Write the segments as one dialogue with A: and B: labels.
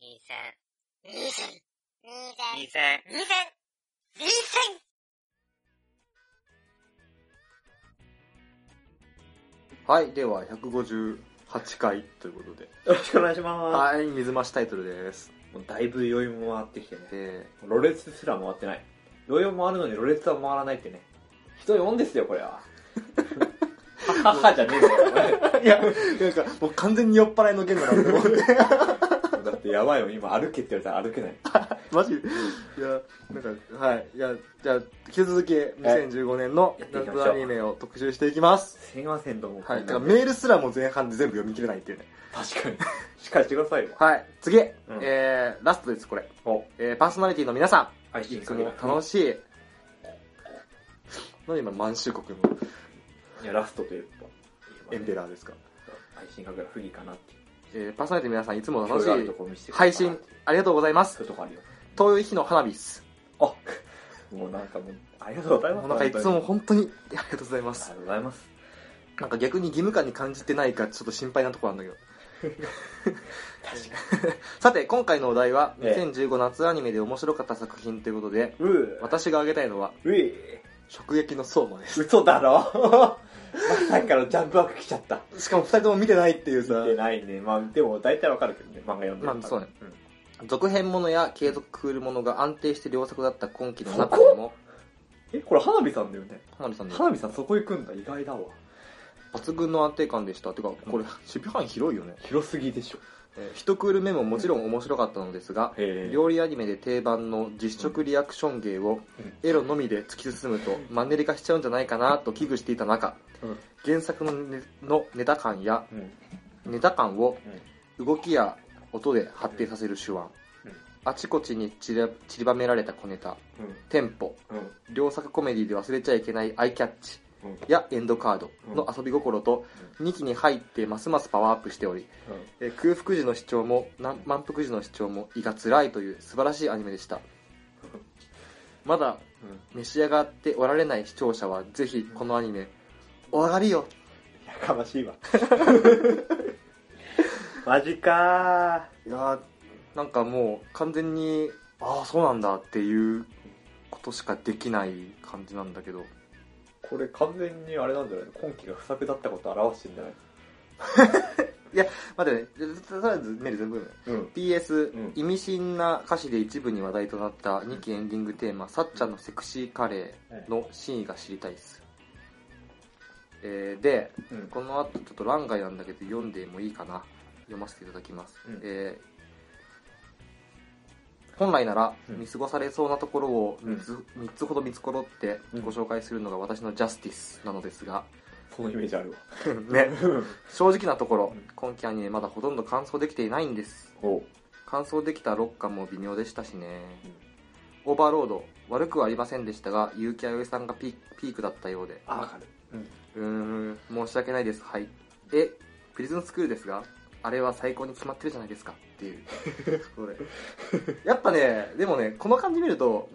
A: 二千。
B: 二千。二千。
A: 二千。
B: 二千。二千。
C: はい、では158回ということで。
A: よろしくお願いしま
C: はい、水増しタイトルです。
A: す。もうだいぶ余裕も回ってきてね。
C: で、
A: ロレツすら回ってない。ロヨ回るのにロレツは回らないってね。ひどいもんですよ、これは。はははじゃねえんだよ
C: いや、なんかもう完全に酔っ払いのゲームだなと思って。
A: お 前。だってやばいよ、今歩けって言われたら歩けない。
C: マジいや、なんか、はい。いや、じゃあ、引き続き2015年の
A: やっていきましょう
C: 夏アニメを特集していきます。
A: すいません、どうも。
C: はい。て
A: こ
C: か
A: んな
C: メールすらも前半で全部読み切れないっていうね。
A: 確かに。しっかりしてくださいよ。
C: はい。次、
A: ん
C: えー、ラストです、これ。
A: お、
C: えー、パーソナリティの皆さ
A: 配
C: ん。い
A: 信
C: つ
A: かけ
C: も
A: な
C: 楽しい。何今、満州国の
A: いや、ラストというか、
C: エンペラーですか。
A: 配信かけら不利かなっていう。
C: えー、パーソナリティの皆さん、いつも楽
A: 楽
C: し
A: しい
C: い
A: とこ見せてくれ
C: 配
A: たなっ
C: 信
A: ていう
C: ありがとうございます
A: そういうとこあるよ。
C: 遠い日の花火っす
A: あ、もうなんかもう、ありがとうございます。
C: なんかいつも本当にありがとうございま
A: ありが
C: す
A: とうございます。
C: なんか逆に義務感に感じてないかちょっと心配なところなんだけ ど さて今回のお題は
A: ええ
C: 2015夏アニメで面白かった作品ということで
A: うー、
C: 私が挙げたいのは
A: うえ
C: 「直撃の相馬」です
A: 嘘だろまさかのジャンプアップ来ちゃった。
C: しかも2人とも見てないっていうさ
A: 見てないね。まあ、でも大体わかるけどね、漫画読んでるから
C: まあそうね。
A: ん
C: 続編ものや継続クールものが安定して良作だった今期の中でも
A: え、これ花火さんだよね。
C: 花火さんの
A: 花火さんそこ行くんだ、意外だわ。
C: 抜群の安定感でしたてかこれ守備範囲広いよね
A: 広すぎでしょ。
C: えー一クール目ももちろん面白かったのですが、
A: へー
C: 料理アニメで定番の実食リアクション芸をエロのみで突き進むとマンネリ化しちゃうんじゃないかなと危惧していた中、
A: うん
C: 原作の,、ね、のネタ感や
A: うん。
C: ネタ感を動きや音で発定させる手腕、
A: うん
C: あちこちに散り散りばめられた小ネタ
A: う
C: テンポ
A: ん。うん。
C: 両作コメディで忘れちゃいけないアイキャッチ
A: うん。うん。
C: やエンドカードの遊び心と2期に入ってますますパワーアップしておりえー空腹時の主張もなん満腹時の主張も胃が辛いという素晴らしいアニメでしたまだ
A: うん
C: 召し上がっておられない視聴者はぜひこのアニメお上がりよ
A: やかまし いわ。マジか
C: いやーなんかもう完全にああそうなんだっていうことしかできない感じなんだけど
A: ー。これ完全にあれなんじゃない今期が不作だったことを表してんじゃない
C: 待ってねじゃととりあえずメール全部読むね
A: うん。
C: PS、
A: うん
C: 意味深な歌詞で一部に話題となった2期エンディングテーマ「さっちゃんのセクシーカレー」の真意が知りたいっす、えーで
A: うん。
C: この後ちょっと欄外なんだけど読んでもいいかな読ませていただきます、
A: うん
C: えー本来なら
A: うん
C: 見過ごされそうなところを
A: うん
C: 3, つ三つほど見つころってご紹介するのが私のジャスティスなのです が、
A: そのイメージあるわ。
C: ね、正直なところ
A: うん
C: 今期アニメまだほとんど完走できていないんです
A: おう。
C: 完走できた6巻も微妙でしたしね、オーバーロード悪くはありませんでしたが結城あゆさんがピピークだったようで
A: あ、わかる。うん。
C: うーん申し訳ないですはいえプリズンスクールですがあれは最高に決まってるじゃないですかっていうこれやっぱねでもねこの感じ見ると、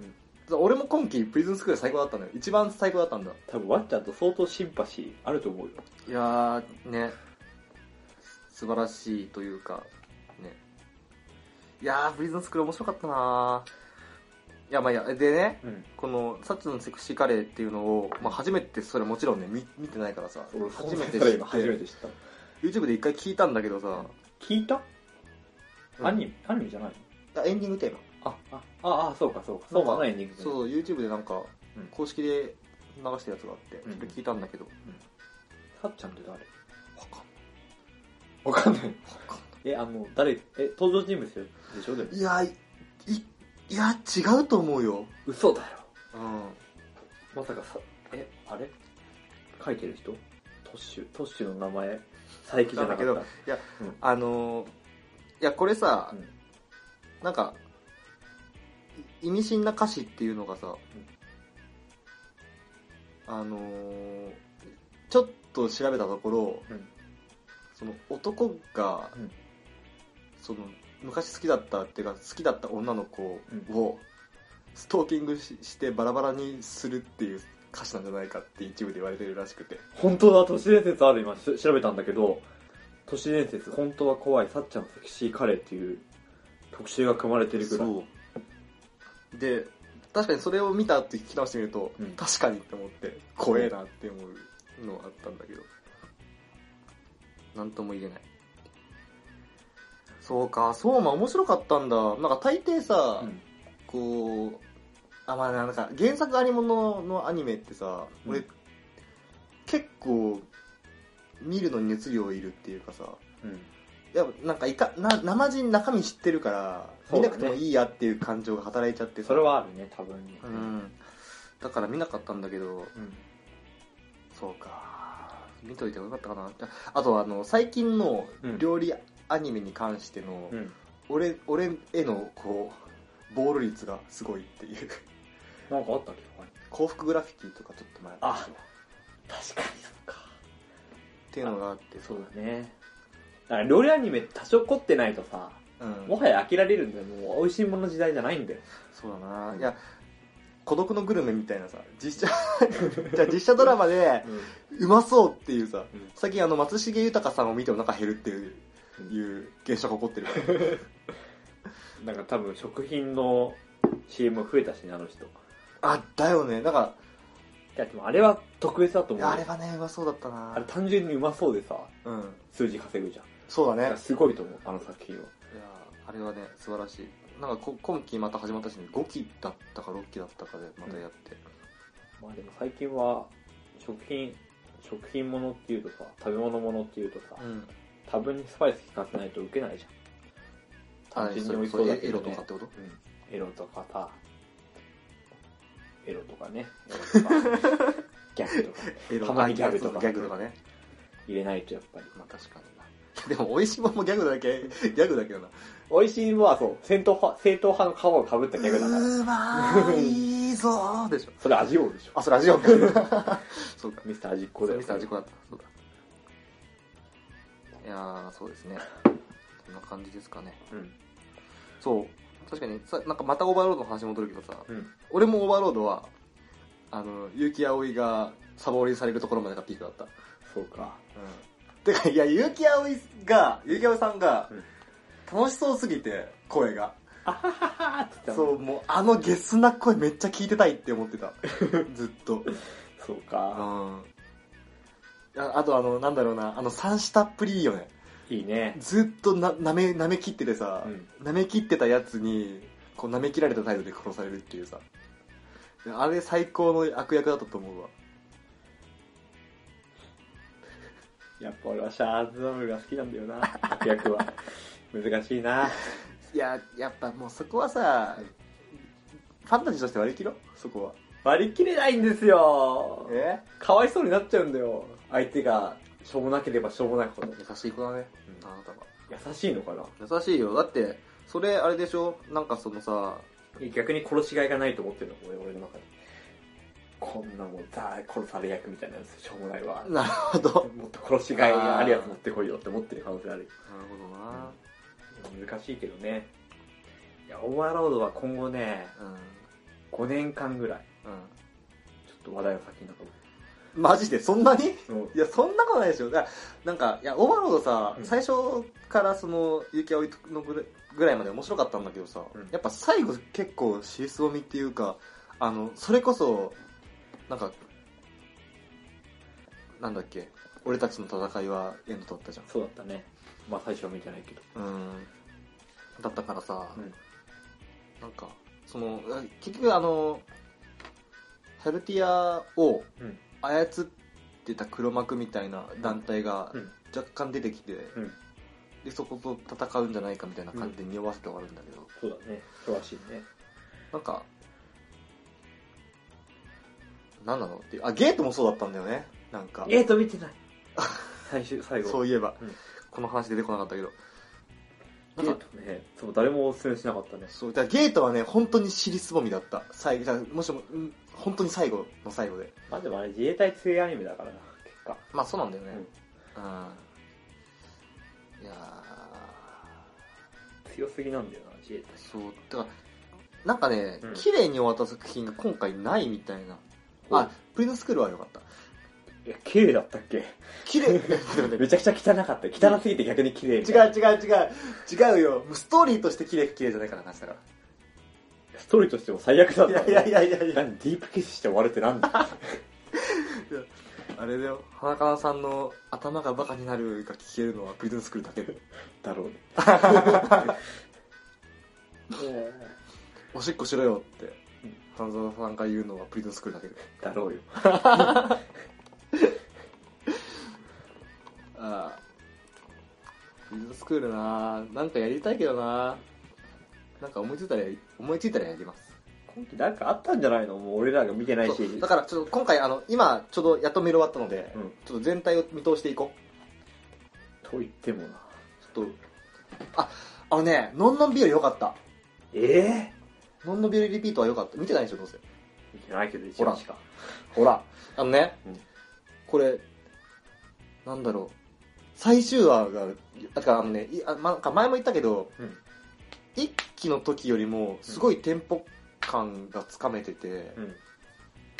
C: 俺も今期プリズンスクール最高だったのよ一番最高だったんだ
A: 多分わっちゃんと相当シンパシーあると思うよ。
C: いやーね素晴らしいというかねいやープリズンスクール面白かったなーいやまあいやでね
A: うん。
C: この「サッチのセクシーカレー」っていうのを、まあ、初めてそれもちろんね見見てないからさ
A: 俺、
C: 初
A: 初
C: め
A: め
C: て
A: て
C: 知
A: 知
C: っ
A: ってた。初めて知っ
C: YouTube で一回聞いたんだけどさ、
A: た。聞いた
C: うん
A: アニメ、アニメじゃない
C: あエンディングテーマ
A: あ、あ、あ、あ、そうか、そうか。
C: な
A: そ
C: ん
A: う
C: か
A: か、ないエンディングで
C: そうそう YouTube でなんか、
A: うん
C: 公式で流してるやつがあって
A: うん
C: それ聞いたんだけど、
A: さっちゃんって誰
C: わかん
A: わかんない。
C: かん
A: え、あの、誰、え、登場人物でしょでも
C: ない。いやいいいや違うと思うよ
A: 嘘だよ。
C: うん
A: まさかさ、え、あれ書いてる人トッシュ、トッシュの名前、佐伯じゃなか
C: な
A: っ
C: ん
A: た
C: だ。あのーいやこれさ、
A: うん
C: なんかい意味深な歌詞っていうのがさ、あのーちょっと調べたところ、
A: うん
C: その男が、
A: うん
C: その昔好きだったっていうか好きだった女の子
A: うん
C: をストーキングししてバラバラにするっていう歌詞なんじゃないかって一部で言われてるらしくて
A: 本当だ、都市伝説ある今、し調べたんだけど、都市伝説、本当は怖い、さっちゃんのセクシーカレーっていう特集が組まれてるぐらい。
C: そうで確かにそれを見た後聞き直してみると、
A: うん
C: 確かにって思って怖えなって思うのはあったんだけどなんとも言えないそうかそうま面白かったんだなんか大抵さ、
A: うん
C: こうあまあなんか原作ありもののアニメってさ、
A: うん
C: 俺結構見るのに熱量いるっていうかさ、
A: うん。
C: いやなんかいかな生地中身知ってるから、
A: そう
C: 見
A: だ
C: な
A: ね
C: くてもいいやっていう感情が働いちゃってさ
A: それはあるね、多分ね。
C: うんだから見なかったんだけど
A: うん。
C: そうか見といてもよかったかなああとあの最近の
A: うん
C: 料理アニメに関しての、
A: うん。
C: 俺俺へのこうボール率がすごいっていう
A: なんかあったっけ他に
C: 幸福グラフィティとかちょっと前ったでしょ
A: 確かにそうか。
C: っていうのがあって
A: そうだね。だから料理アニメ多少凝ってないとさ、
C: うん
A: もはや飽きられるんだよ。もう美味しいものの時代じゃないんだよ。
C: そうだないや孤独のグルメみたいなさ実 写じゃあ実写ドラマでうまそうっていうさ、
A: うん
C: 最近あの松重豊さんを見てもなんか減るっていう,、
A: うん
C: いう現象が起こってるから
A: なんか多分食品の CM 増えたしね、あの人。い
C: あだよねなんか
A: や、でもあれは特別だと
C: い
A: 思う
C: や
A: よ。
C: あれはねうまそうだったな
A: あれ単純にうまそうでさ、
C: うん
A: 数字稼ぐじゃん。
C: そうだ
A: だ
C: ね
A: からすごいと思う、あの作品は。
C: いやあれはね素晴らしいなんかこ今期また始まったし、ね、5期だったか6期だったかでまたやって、
A: まあでも最近は、食品、食品ものっていうとさ、食べ物ものっていうとさ、
C: うん
A: 多分にスパイス効かせないと受けないじゃん。単純に美味しそうだけど、ね、
C: エロとかってこと
A: うん。エロとかさ、エロとかね、エロとか、 ギャグとか
C: エロ
A: たまにギャグとか
C: ギャグとかね
A: 入れないとやっぱり。
C: まあ確かにな でも美味しいもんもギャグだけギャグだけどな
A: 美味しいのはそう、戦闘派、正統派の皮を被ったギャグだから。
C: うまいぞーでしょ
A: それ味王でしょ。
C: あそれ味を そうか
A: ミスター味っ子だよ。
C: ミスター味子だったそうだいやーそうですねこんな感じですかね
A: うん。
C: そう確かにさなんかまたオーバーロードの話戻るけどさ
A: うん。
C: 俺もオーバーロードはあの結城葵がサボりされるところまでがピークだった、
A: そうか。
C: てかいや結城葵が結城葵さんが
A: うん、
C: 楽しそうすぎて声が
A: あーって言ったも
C: そ
A: ん
C: うもうあのゲスな声めっちゃ聞いてたいって思ってたずっと
A: そう
C: う
A: か。
C: んああとあのなんだろうなあの三下っぷりいいよね
A: いいね。
C: ずっとな舐め舐め切っててさ、
A: うん。
C: 舐め切ってたやつにこう舐め切られた態度で殺されるっていうさあれ最高の悪役だったと思うわ
A: やっぱ俺はシャーズナムが好きなんだよな。悪役は。難しいな。
C: いややっぱもうそこはさファンタジーとして割り切ろそこは
A: 割り切れないんですよ。
C: え
A: かわいそうになっちゃうんだよ。相手が、しょうもなければしょうもないほど。
C: 優しい子だね、
A: うん
C: あなたは
A: 優しいのかな
C: 優しいよだってそれあれでしょなんかそのさ
A: 逆に殺しがいがないと思ってるの、俺俺の中で。こんなもん、ザー殺され役みたいなやつ、しょうもないわ。
C: なるほど
A: もっと殺しがいがあるやつ持ってこいよって思ってる可能性あるよ。
C: なるほどな
A: 難しいけどね。いや、オーバーロードは今後ね、
C: うん
A: 5年間ぐらい、
C: う
A: ちょっと話題の先になったと
C: んマジでそんなに
A: 思う。
C: いや、そんなことないでしょ。だなんか、いや、オーバーロードさ、
A: うん
C: 最初からその、ゆきあおいのぐらいぐらいまで面白かったんだけどさ、
A: うん
C: やっぱ最後結構シースオミっていうか、あの、それこそ、なんか、なんだっけ、俺たちの戦いはエンドだったじゃん。
A: そうだったね。まあ最初は見てないけど。
C: うん。だったからさ、
A: うん
C: なんか、その、あ結局あの、ハルティアを
A: うん
C: 操ってた黒幕みたいな団体が
A: うん
C: 若干出てきて、
A: うん
C: で、そこと戦うんじゃないかみたいな感じで匂わせて終わるんだけど、
A: そうだね。詳しいね。
C: なんか、なんなのっていう。あ、ゲートもそうだったんだよね。なんか、
A: えーと見てない。最終、最後。
C: そういえば、
A: うん
C: この話出てこなかったけど。
A: ゲートね、そう、誰もおすすめしなかったね。
C: そう、だからゲートはね、本当に尻すぼみだった。最後、だからもしも、うん本当に最後の最後で。
A: まあでもあれ自衛隊強いアニメだからな、結果。
C: まあそうなんだよね。
A: うん
C: うん。いや
A: 強すぎなんだよな、自衛隊
C: ー。そう、だから、なんかね、
A: うん
C: 綺麗に終わった作品が今回ないみたいな。あ、プリズンスクールは良かった。
A: え綺麗だったっけ
C: 綺 麗待って待って
A: めちゃくちゃ汚かった汚すぎて逆に綺麗み
C: 違
A: たいな
C: う違う違う違うよもうストーリーとして綺麗綺麗じゃないからなしたら
A: ストーリーとしても最悪だった
C: いやいやいやいやいや
A: 何ディープキスして終わるってなんだ
C: あれだよ花川さんの頭がバカになるが聞けるのはプリズンスクールだけで
A: だ ろうね
C: おしっこしろよって花澤さんが言うのはプリズンスクールだけで
A: だろうよ
C: ああプリズンスクールななんかやりたいけどななんか思いついたらやり思いついたらやります
A: 今季なんかあったんじゃないのもう俺らが見てないし
C: そうだからちょっと今回あの今ちょうどやっと見終わったので、
A: うん
C: ちょっと全体を見通していこう
A: と言ってもな
C: ちょっとああのねのんのんビール良かった
A: ええ
C: のんのんビールリピートは良かった見てないでしょどうせ
A: 見てないけど一応しか
C: ほらあのね、
A: うん
C: これなんだろう最終話がだからあのねいあまなんか前も言ったけど
A: うん
C: 一期の時よりもすごいテンポ感がつかめてて、
A: うん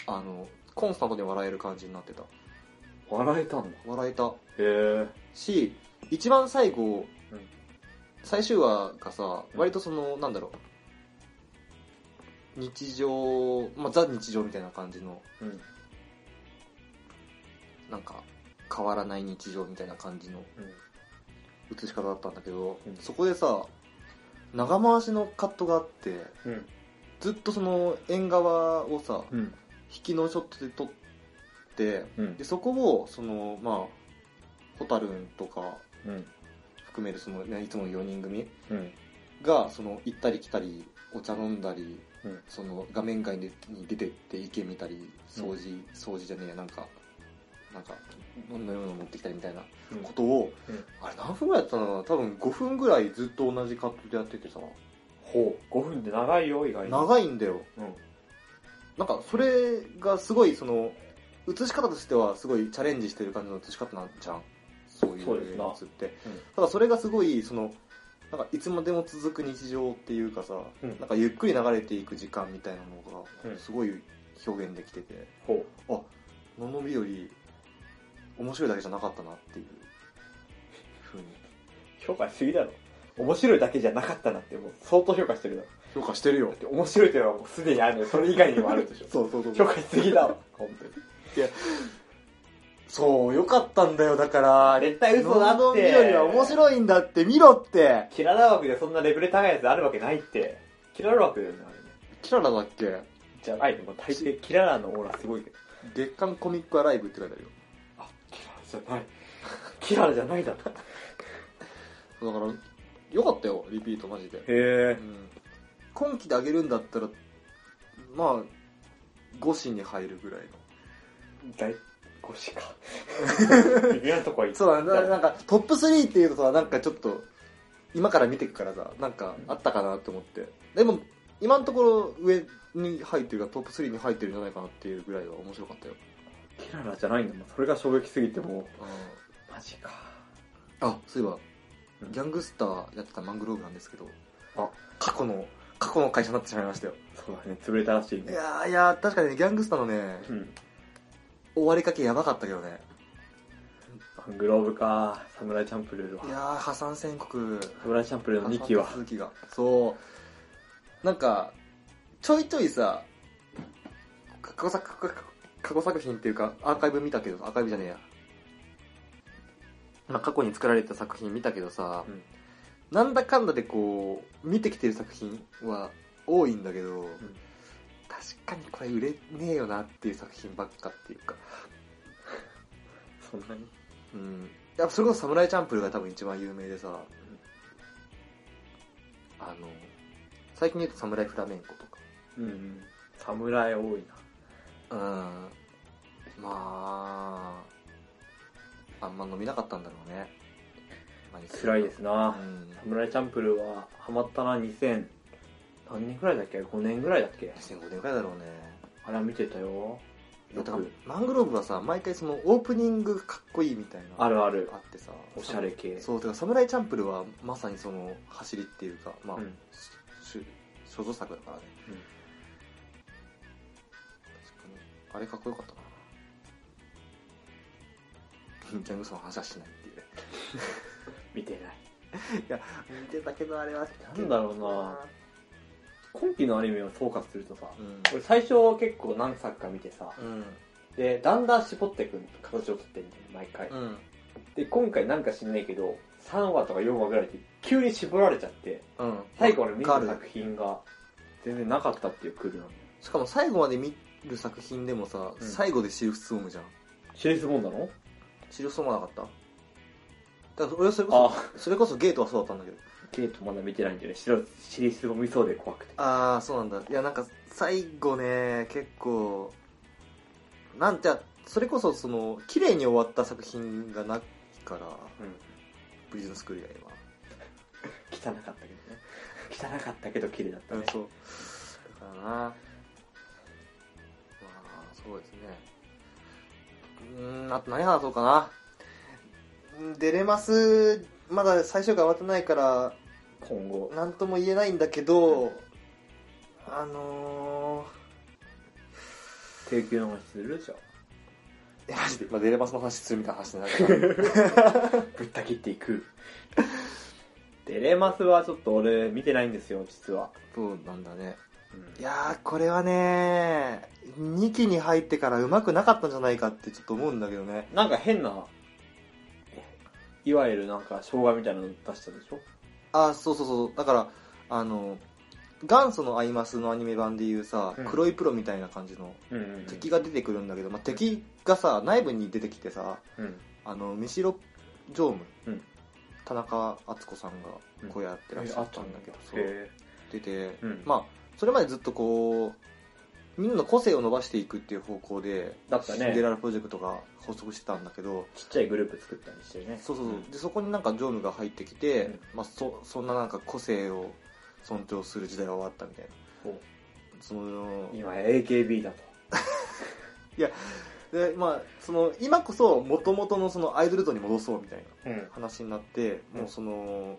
C: あのコンスタントに笑える感じになってた
A: 笑えたんだ
C: 笑えた
A: へえ
C: し一番最後、
A: うん
C: 最終話がさ
A: うん
C: 割とその、なんだろう日常、まあ、ザ日常みたいな感じの
A: うん
C: なんか変わらない日常みたいな感じの
A: うん
C: 映し方だったんだけど、
A: うん
C: そこでさ長回しのカットがあって
A: うん
C: ずっとその縁側をさ
A: うん
C: 引きのショットで撮って
A: うん
C: でそこをそのまあホタルンとか
A: うん
C: 含めるその、ね、いつもの4人組
A: うん
C: がその行ったり来たりお茶飲んだり、
A: うん
C: その画面外に出てって池見たり掃除、掃除じゃねえやなんかなんか飲んだようなの持ってきたりみたいなことを、
A: うん
C: あれ何分ぐらいやったのかな多分5分ぐらいずっと同じカットでやっててさ
A: ほう5分で長いよ意外にい
C: 長いんだよ
A: うん
C: なんかそれがすごいその映し方としてはすごいチャレンジしてる感じの映し方なんじゃんそうい
A: そうです
C: う
A: な
C: やつって、
A: うん
C: ただそれがすごいそのなんかいつまでも続く日常っていうかさ、
A: うん
C: なんかゆっくり流れていく時間みたいなの
A: う
C: が
A: ん
C: すごい表現できてて
A: ほ
C: 「ののびより面白いだけじゃなかったなっていうふうに
A: う評価しすぎだろ面白いだけじゃなかったなってもう相当評価してるだろ
C: 評価してるよ
A: だって面白いというのはもうすでにあるのにそれ以外にもあるでしょ
C: そうそうそう
A: 評価しすぎだわ本当に
C: そうよかったんだよだから
A: 絶対嘘だって
C: ののびよりは面白いんだって見ろって
A: キララ枠でそんなレベル高いやつあるわけないってキララ枠だよねあれね
C: キララだっけ
A: じゃああえてもう大抵キララのオーラすごいけど
C: 月刊コミックアライブって書いてあるよ
A: あキララじゃないキララじゃないだと
C: だ
A: へ
C: からよかったよリピートマジで、う
A: え
C: ん、今期であげるんだったらまあ5子に入るぐらいの
A: 第5子 か微妙なとこは言
C: そうだねだからなんかトップ3っていうとさなんかちょっと今から見ていくからさなんかあったかなと思ってでも今のところ上に入ってるからトップ3に入ってるんじゃないかなっていうぐらいは面白かったよ、
A: キララじゃないんだもんそれが衝撃すぎても
C: う
A: うマジか
C: んあそういえば
A: うん
C: ギャングスターやってたマングローブなんですけど
A: あ
C: 過去の過去の会社になってしまいましたよ
A: そうだね潰れたらしい
C: い
A: ね
C: やーいやー確かにねギャングスターのね
A: うん
C: 終わりかけやばかったけどね
A: マングローブかサムライチャンプルー
C: い
A: は
C: やー破産宣告
A: サムライチャンプルーの2期は
C: 続きがそうなんかちょいちょいさ過去作過去過去作品っていうかアーカイブ見たけどアーカイブじゃねえやまあ過去に作られた作品見たけどさ、
A: うん
C: なんだかんだでこう見てきてる作品は多いんだけど、確かにこれ売れねえよなっていう作品ばっかっていうか
A: そんなに
C: うん、やっぱそれこそ「サムライチャンプル」が多分一番有名でさ、あの最近で言うと「サムライフラメンコ」とか
A: うんサムライ多いな
C: うんまああんま飲みなかったんだろうね
A: 辛いです
C: う
A: なんサムライチャンプルーはハマったな2000何年ぐらいだっけ5年ぐらいだっけ
C: 2005年ぐらいだろうね
A: あれは見てたよよ
C: だから
A: く
C: マングローブはさ毎回そのオープニングかっこいいみたいな
A: あるある
C: あってさ
A: おしゃれ系
C: そうてか「サムライチャンプル」はまさにその走りっていうかまあ、
A: うん
C: し所蔵作だからね、
A: うん
C: 確かにあれかっこよかったなジャングスの話はしないっていうね
A: 見てない。
C: 見てたけどあれは
A: なんだろうな今期のアニメを総括するとさ、
C: うん
A: 俺最初結構何作か見てさ、
C: うん
A: で、だんだん絞ってくん、形をとってんだよ、毎回。
C: うん
A: で、今回なんか知んないけど、3話とか4話ぐらいで急に絞られちゃって、
C: うん
A: 最後まで見た
C: わか
A: 作
C: る
A: 品が全然なかったっていうクールなの。
C: しかも最後まで見る作品でもさ、
A: うん
C: 最後でシルフスウォームじゃん
A: シリーズもんなの
C: シルフスウォームはなかっただから俺はそれこ
A: あ、
C: そそれこそゲートはそうだったんだけど
A: ケイトまだ見てないんだよね。シロシリーズも見そうで怖くて。
C: ああそうなんだいやなんか最後ね結構なんてそれこそその綺麗に終わった作品がないから
A: うん。
C: プリズンスクール以外は
A: 汚かったけど ね。汚かったけど綺麗だった
C: うん
A: ね。
C: そうだからなまあそうですねうーんあと何話そうかなうんデレマスまだ最初が終わってないから
A: 今後。
C: 何とも言えないんだけどあの
A: 提供の話するじゃん。
C: ー、いやマジで、まあ、デレマスの話するみたいな話になるから
A: ぶった切ってい く。デレマスはちょっと俺見てないんですよ、実は。
C: そうなんだね
A: うん
C: いやーこれはね2期に入ってからうまくなかったんじゃないかってちょっと思うんだけどね
A: なんか変な、いわゆるなんか障害みたいなの出したでしょ
C: あそうそうそうだからあの元祖のアイマスのアニメ版でいうさ、
A: うん
C: 黒いプロみたいな感じの
A: うんうんうん
C: 敵が出てくるんだけど、まあ、敵がさ内部に出てきてさ
A: うん。
C: あの三代常務、
A: うん
C: 田中敦子さんがこうやってらっしゃったんだけど、
A: へ
C: そう
A: え
C: 出て、
A: うん
C: まあそれまでずっとこうみんなの個性を伸ばしていくっていう方向で
A: だったね
C: シンデレラプロジェクトが発足してたんだけど、
A: ちっちゃいグループ作ったりしてね。
C: そうそうそう、でそこになんか常務が入ってきて、
A: うん
C: まあ、そそんななんか個性を尊重する時代が終わったみたいな
A: ほう
C: その
A: 今 AKB だと。
C: で、まあ、その今こそ元々のそのアイドル像に戻そうみたいな
A: うん。
C: 話になって、
A: うん
C: もうその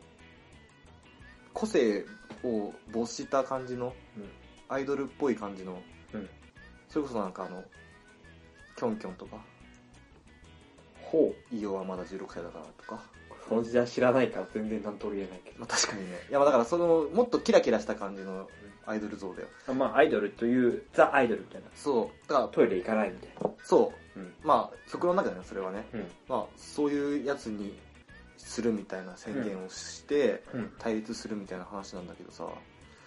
C: 個性を没した感じの、
A: うん
C: アイドルっぽい感じの、
A: うん
C: それこそなんかあのキョンキョンとか
A: ほう。
C: イオはまだ16歳だからとか
A: その時代知らないから全然なんとも言えないけ
C: まあ確かにねいやまあだからそのもっとキラキラした感じのアイドル像だよ
A: ど。まあアイドルという、ザ・アイドルみたいな。
C: そうだか
A: トイレ行かないみたい
C: らそう
A: な。うん。
C: まあ極論の中でねそれはね
A: うん。
C: まあそういうやつにするみたいな宣言をして、
A: うん。
C: 対立するみたいな話なんだけどさ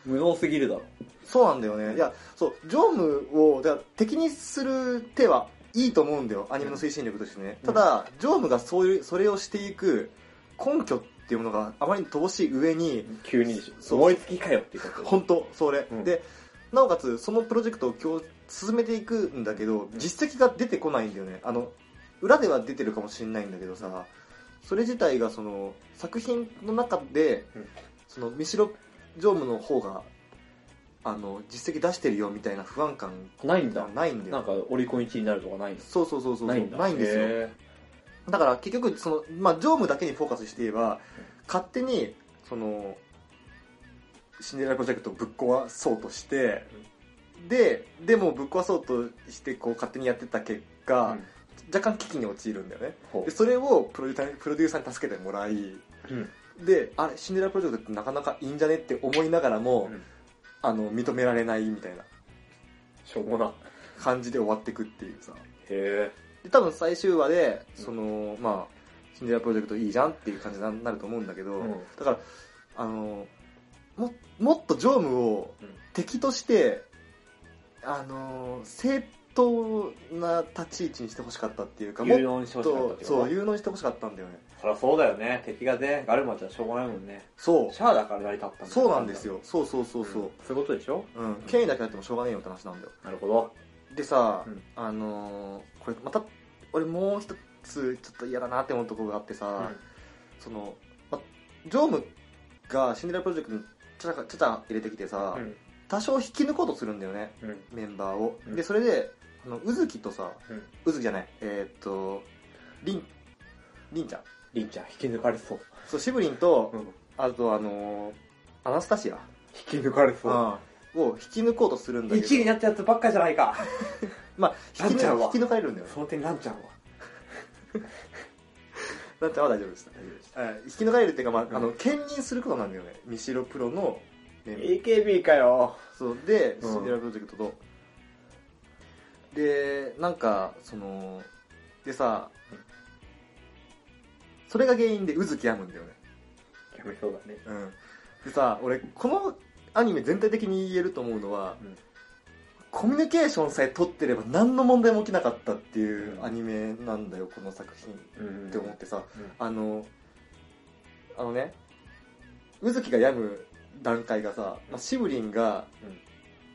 A: 無能すぎるだろ。
C: そうなんだよねいやそう常務をだから敵にする手はいいと思うんだよアニメの推進力としてね、
A: うん
C: ただ常務がそういうそれをしていく根拠っていうものがあまりに乏しい上に、
A: 急にでしょ。
C: そう
A: 思いつきかよっていうこと。
C: 本当それ、
A: うん
C: でなおかつそのプロジェクトを今日進めていくんだけど
A: ん
C: 実績が出てこないんだよねあの裏では出てるかもしれないんだけどさそれ自体がその作品の中で、
A: うん
C: その三代常務の方があの実績出してるよみたいな不安感
A: ないんだ
C: が。ないんだよ
A: なんかオリコン1位になるとかないの
C: そうそうそうそう
A: ないんだ。
C: ないんですよ
A: へ
C: だから結局その、まあ、常務だけにフォーカスして言えば、勝手にそのシンデレラプロジェクトをぶっ壊そうとして、ででもぶっ壊そうとしてこう勝手にやってた結
A: ー。
C: 果、
A: うん
C: 若干危機に陥るんだよね
A: ほ
C: でそれをプロデューサーにプロデューサーに助けてもらい
A: うん。うん。
C: であれシンデレラプロジェクトってなかなかいいんじゃねって思いながらも、あの認められないみたいな
A: しょうもな。
C: 感じで終わってくっていうさ
A: へ
C: で多分最終話で
A: うん
C: その、まあシンデレラプロジェクトいいじゃんっていう感じにななると思うんだけど、
A: え。うん。
C: だからあのももっと常務を
A: うん
C: 敵として、あの正当な立ち位置にしてほしかったっていうかも
A: 有
C: っ
A: 能にしてほしかった
C: と
A: ってこと
C: そう有能にしてほしかったんだよね
A: そりゃそうだよね。敵がね、ガルマじゃしょうがないもんね。
C: そう
A: シャアだから成り立ったんだ
C: そうなんです。よそうそうそうそう、
A: そういうことでしょ
C: うん権威だけあってもしょうがねえよって話なんだよ
A: なるほど。
C: でさ、
A: うん
C: あのーこれまた俺もう一つちょっと嫌だなって思うところがあってさ、その、ま、常務がシンデレラプロジェクトにちゃちゃちゃちゃ入れてきてさ、
A: うん。
C: 多少引き抜こうとするんだよね
A: うん。
C: メンバーを、
A: うん
C: でそれであのうずきとさ
A: うん。
C: うずきじゃないえーっとりんりんちゃん
A: りんちゃん、引き抜かれそう。
C: そうシブリンと、
A: うん。
C: あとあのーアナスタシア、
A: 引き抜かれ
C: う
A: そ
C: んを引き抜こうとするん
A: う。
C: だけど
A: 1位になったやつばっかじゃないか。
C: まあ引き
A: ランちゃ
C: 抜
A: んは
C: 引き抜かれるんだよね
A: その点、ランちゃんは。
C: なっちゃんは大丈夫でした。
A: 大丈夫でした。
C: はい引き逃れるっていうか、まあ、あ
A: う
C: の、兼任することなんだよね。ミシロプロのメンバー
A: AKB かよ。
C: そうで、
A: うん
C: シンデレラプロジェクトと。で、なんか、その、でさ
A: うん、
C: それが原因でうずきやむんだよね。
A: やめそうだね。
C: うん。でさ、俺、このアニメ全体的に言えると思うのは、
A: うん
C: コミュニケーションさえ取ってれば何の問題も起きなかったっていう
A: うん
C: アニメなんだよ、この作品っ
A: うん
C: て思ってさ、
A: うん
C: あの、あのね、うずきが病む段階がさ、まあ、シブリンが、
A: うん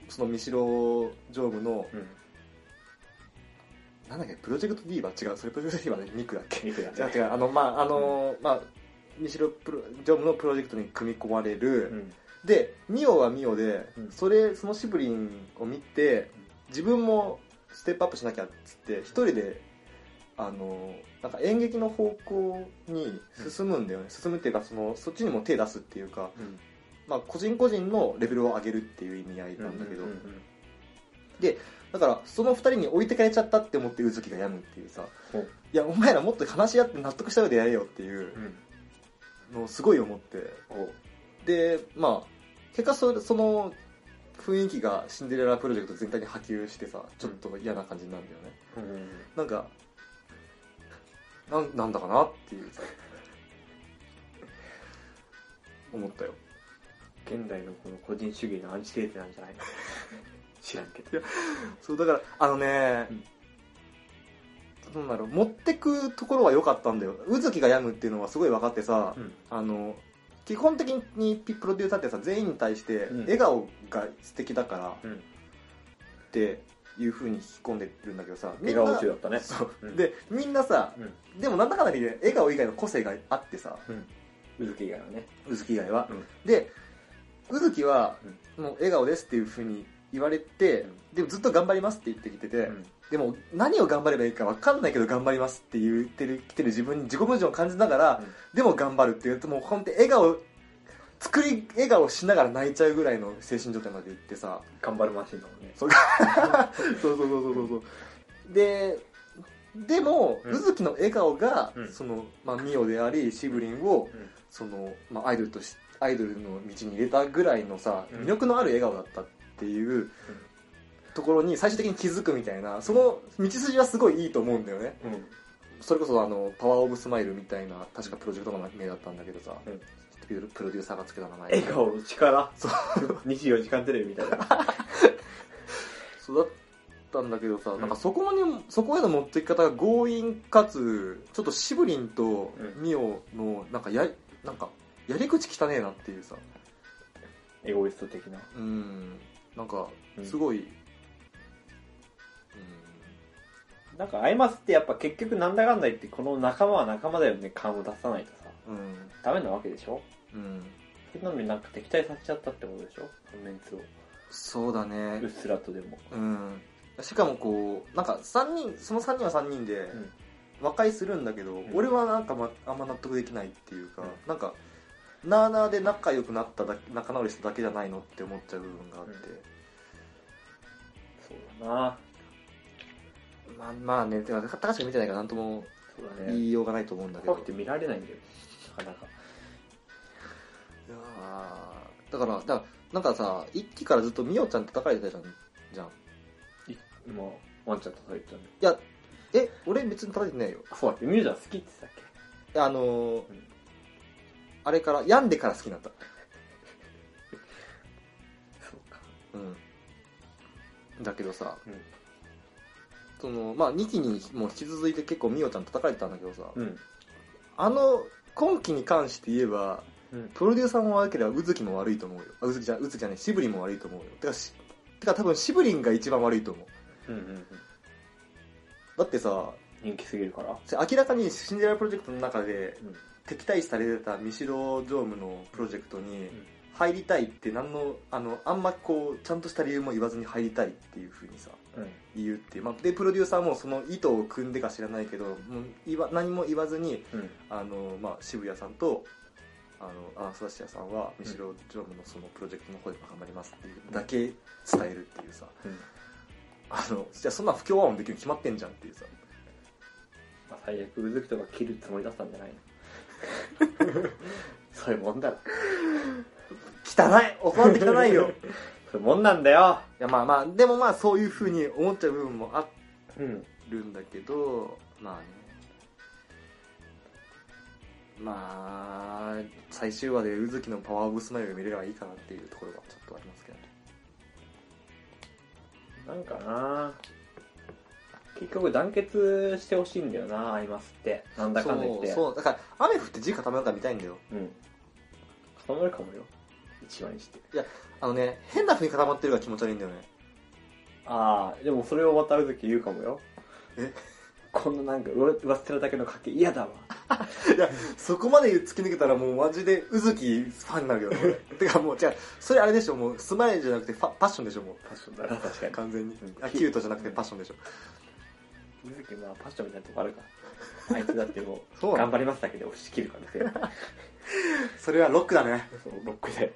C: そのミシロ常務の、
A: うん。
C: なんだっけ、プロジェクトディーバー違う、それプロジェクトディーバーね、ミクだっけ
A: いくら
C: 違う
A: ね。
C: 違う、あの、まあ、あの、まあ、ミシロプロ常務のプロジェクトに組み込まれる、
A: うん。
C: でミオはミオで、
A: うん
C: それそのシブリンを見て
A: うん
C: 自分もステップアップしなきゃっつって一人であのなんか演劇の方向に進むんだよね、進むっていうかそのそっちにも手出すっていうか、
A: うん。
C: まあ、個人個人のレベルを上げるっていう意味合いなんだけど、
A: うんうんうん
C: だからその二人に置いてかれちゃったって思ってうずきが病むっていうさ
A: ほう
C: いやお前らもっと話し合って納得した上でやれよっていう
A: うん。
C: のをすごい思って
A: おう。
C: でまあ結果それその雰囲気がシンデレラプロジェクト全体に波及してさちょっと嫌な感じになるんだよね、
A: うん。
C: なんかなんなんだかなっていうさ思ったよ
A: 現代のこの個人主義のアンチテーゼなんじゃないの知らんけど。
C: そうだからあのね、
A: うん
C: どうなんだろう持ってくところは良かったんだよ宇月が病むっていうのはすごい分かってさ、
A: ん。
C: あの基本的にピプロデューサーってさ全員に対して
A: うん
C: 笑顔が素敵だから、
A: うん。
C: っていう風に引き込んでるんだけどさみ
A: 笑
C: んな
A: 顔中だったね。
C: そう、
A: うん
C: でみんなさ
A: うん。
C: でもなんだかんだで笑顔以外の個性があってさ
A: うずき以外はね。
C: うずき以外は、
A: うん
C: でうずきは、もう笑顔ですっていう風に言われて、
A: うん
C: でもずっと頑張りますって言ってきてて、
A: うん。
C: でも何を頑張ればいいか分かんないけど頑張りますって言ってる来てる自分に自己矛盾を感じながら、
A: うん
C: でも頑張るっていうともう本当に笑顔作り笑顔しながら泣いちゃうぐらいの精神状態まで行ってさ、
A: 頑張るマシンだもんね。
C: そうそうそうそうそうそうででも、
A: うん
C: うずきの笑顔が、
A: うん
C: その、まあ、ミオでありシブリンを、
A: うん
C: その、まあ、アイドルとしアイドルの道に入れたぐらいのさ
A: うん
C: 魅力のある笑顔だったっていう、ところに最終的に気づくみたいなその道筋はすごいいいと思うんだよね
A: うん。
C: それこそあのパワーオブスマイルみたいな確かプロジェクトの名だったんだけどさ、
A: うん
C: プロデューサーがつけた名前
A: 笑顔の力。そう。24時間テレビみたい な。
C: そうだったんだけどさ、
A: ん
C: なんかそこまでそこへの持ってき方が強引かつちょっとシブリンと
A: うん
C: ミオのなんかやりなんかやり口汚ねえなっていうさ
A: エゴイスト的な。
C: うんなんか
A: うん
C: すごい、うん
A: なんか、アイマスってやっぱ結局なんだかんだ言って、この仲間は仲間だよね感を出さないとさ、
C: うん
A: ダメなわけでしょ
C: うん
A: それなのになんか敵対させちゃったってことでしょこのメンツを。
C: そうだね
A: うっすらとでも。
C: うんしかもこうなんか三人その3人は3人で
A: ん
C: 和解するんだけど、
A: ん
C: 俺はなんか、まあんま納得できないっていうか、
A: うん
C: なんかなあなあで仲良くなっただけ仲直りしただけじゃないのって思っちゃう部分があって、
A: そうだな
C: まあまあねてか高橋が見てないからなんとも
A: そうだ
C: 言
A: ね。
C: いようがないと思うんだけど
A: 怖くて見られないんだよね。なかなか。
C: いやーだからだからなんかさ一期からずっとみおちゃん叩かれてたじゃんじゃんい
A: いまあ、ワンちゃんと言ったんだ
C: やえ俺別に叩いてないよ
A: あ、そうだっけミュージャン好きって言ってたっ
C: いやあのー
A: うん
C: あれから病んでから好きになった
A: けそうか。
C: うん、だけどさ、
A: うん
C: そのまあ、2期にも引き続いて結構ミオちゃん叩かれてたんだけどさ、
A: うん。
C: あの今期に関して言えば
A: うん。
C: プロデューサーも悪ければうずきも悪いと思うよあうずきじゃうずきじゃねシブリンも悪いと思うよてかしてか多分シブリンが一番悪いと思う
A: うんうんうん。
C: だってさ
A: 人気すぎるから。
C: それ明らかにシンデレラプロジェクトの中で
A: うん。
C: 敵対視されてたミシロ常務のプロジェクトに
A: ん
C: 入りたいって何のあのあんまこうちゃんとした理由も言わずに入りたいっていうふうにさ
A: うん。
C: 言うっていう、まあ、でプロデューサーもその意図を組んでか知らないけどもう言わ何も言わずに
A: うん。
C: あの、まあ、渋谷さんとあのアナスタシアさんは三城常務のそのプロジェクトの方で頑張りますっていうだけ伝えるっていうさ
A: うん。
C: あのじゃあそんな不協和音できるに決まってんじゃんっていうさ
A: まあ、最悪うずきとか切るつもりだったんじゃないの そういうもんだろ
C: 汚い教わって汚いよい
A: そういうもんなんだよ
C: やまあまあでもまあそういうふうに思っちゃう部分もあ
A: うん
C: るんだけどまあねまあ最終話で宇月のパワーオブスマイルを見れればいいかなっていうところがちょっとありますけど
A: なんかな結局団結してほしいんだよなアイマスってなんだかんだ言って
C: そうそうだから雨降って地固まるから見たいんだよ
A: うん固まるかもよ一番にして
C: あのね変な風に固まってるから気持ち悪いんだよね
A: ああでもそれを渡る時言うかもよ
C: え
A: こんななんか上上っ面だけの賭け嫌だわ
C: いや、そこまで突き抜けたらもうマジで、うずきファンになるよね。 てかもう、違う、それあれでしょ、もう、スマイルじゃなくてファ、パッションでしょ、も
A: パッションだな確か
C: う。
A: に
C: 完全に
A: うん。
C: あ、キュートじゃなくてパッションでしょ。
A: 水木まあパッションみたいなとこあ るからあいつだっても
C: そう
A: う
C: なの
A: 頑張りますだけで押し切るからですよ
C: それはロックだね。
A: そうロックで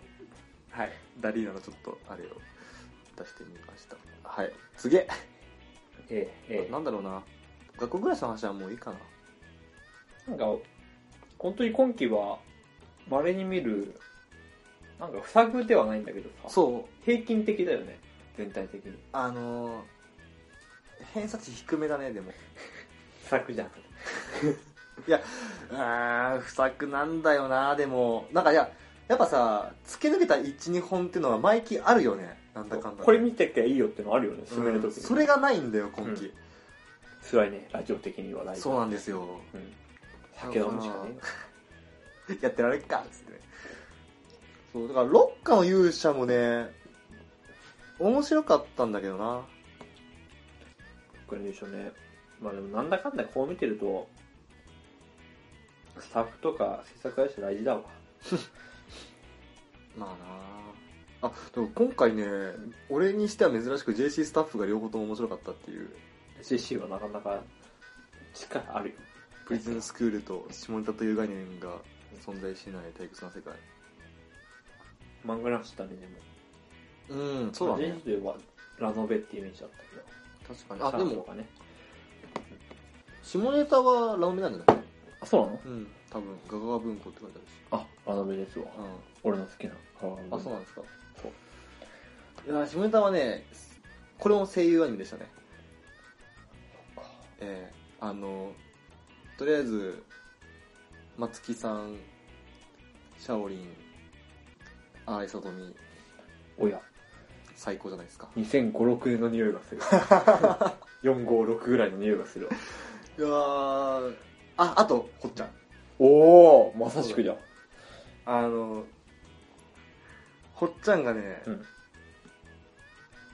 C: はい。ダリーナのちょっと、あれを出してみました。はい。すげ
A: ええ
C: え
A: え。え
C: なんだろうな。学校暮らしの話はもういいかな。
A: なんか本当に今期は稀に見るなんか不作ではないんだけどさ
C: そう。
A: 平均的だよね全体的に
C: あのー、偏差値低めだね、でも。
A: 不作じゃん
C: うーん、不作なんだよな、でも。なんかいや、やっぱさ、突き抜けた1、2本っていうのは毎期あるよね。なんだかんだ。
A: これ見てていいよってのあるよね進める
C: うん
A: ときに、
C: それがないんだよ、今期。
A: 辛いねラジオ的にはない
C: そうなんですよ。
A: うん酒飲むしかね
C: やってられっか、つってね。そう、だから、ロッカの勇者もね、面白かったんだけどな。
A: これでしょうねまあでもなんだかんだこう見てるとスタッフとか制作会社大事だわ
C: まあなあ、でも今回ね、俺にしては珍しく JC スタッフが両方とも面白かったっていう、
A: CC はなかなか力あるよ
C: プリズンスクールと下ネタという概念が存在しない退屈な世界。
A: 漫画なんしたねでも
C: うん、そうだね
A: 人。生はラノベっていうイメージだったけど
C: 確かに。あ、で
A: シャープと
C: も、
A: かね
C: 下ネタはラオメなんじゃない
A: あそうなの
C: うん、多分、ガガガ文庫って書いて
A: あラノベですわ
C: あるし。うん。
A: 俺の好きな
C: あ、そうなんですか。
A: そ
C: いや、下ネタはね、これも声優アニメでしたね。
A: か
C: ええあの、とりあえず、松木さん、シャオリン、あいさとみ、
A: おや
C: 最高じゃないですか。
A: 2056年の匂いが する456ぐらいの匂いがするわ
C: いやーあ、あと、こっちゃん。
A: おおまさしくじゃん
C: あの、ほっちゃんがね、
A: うん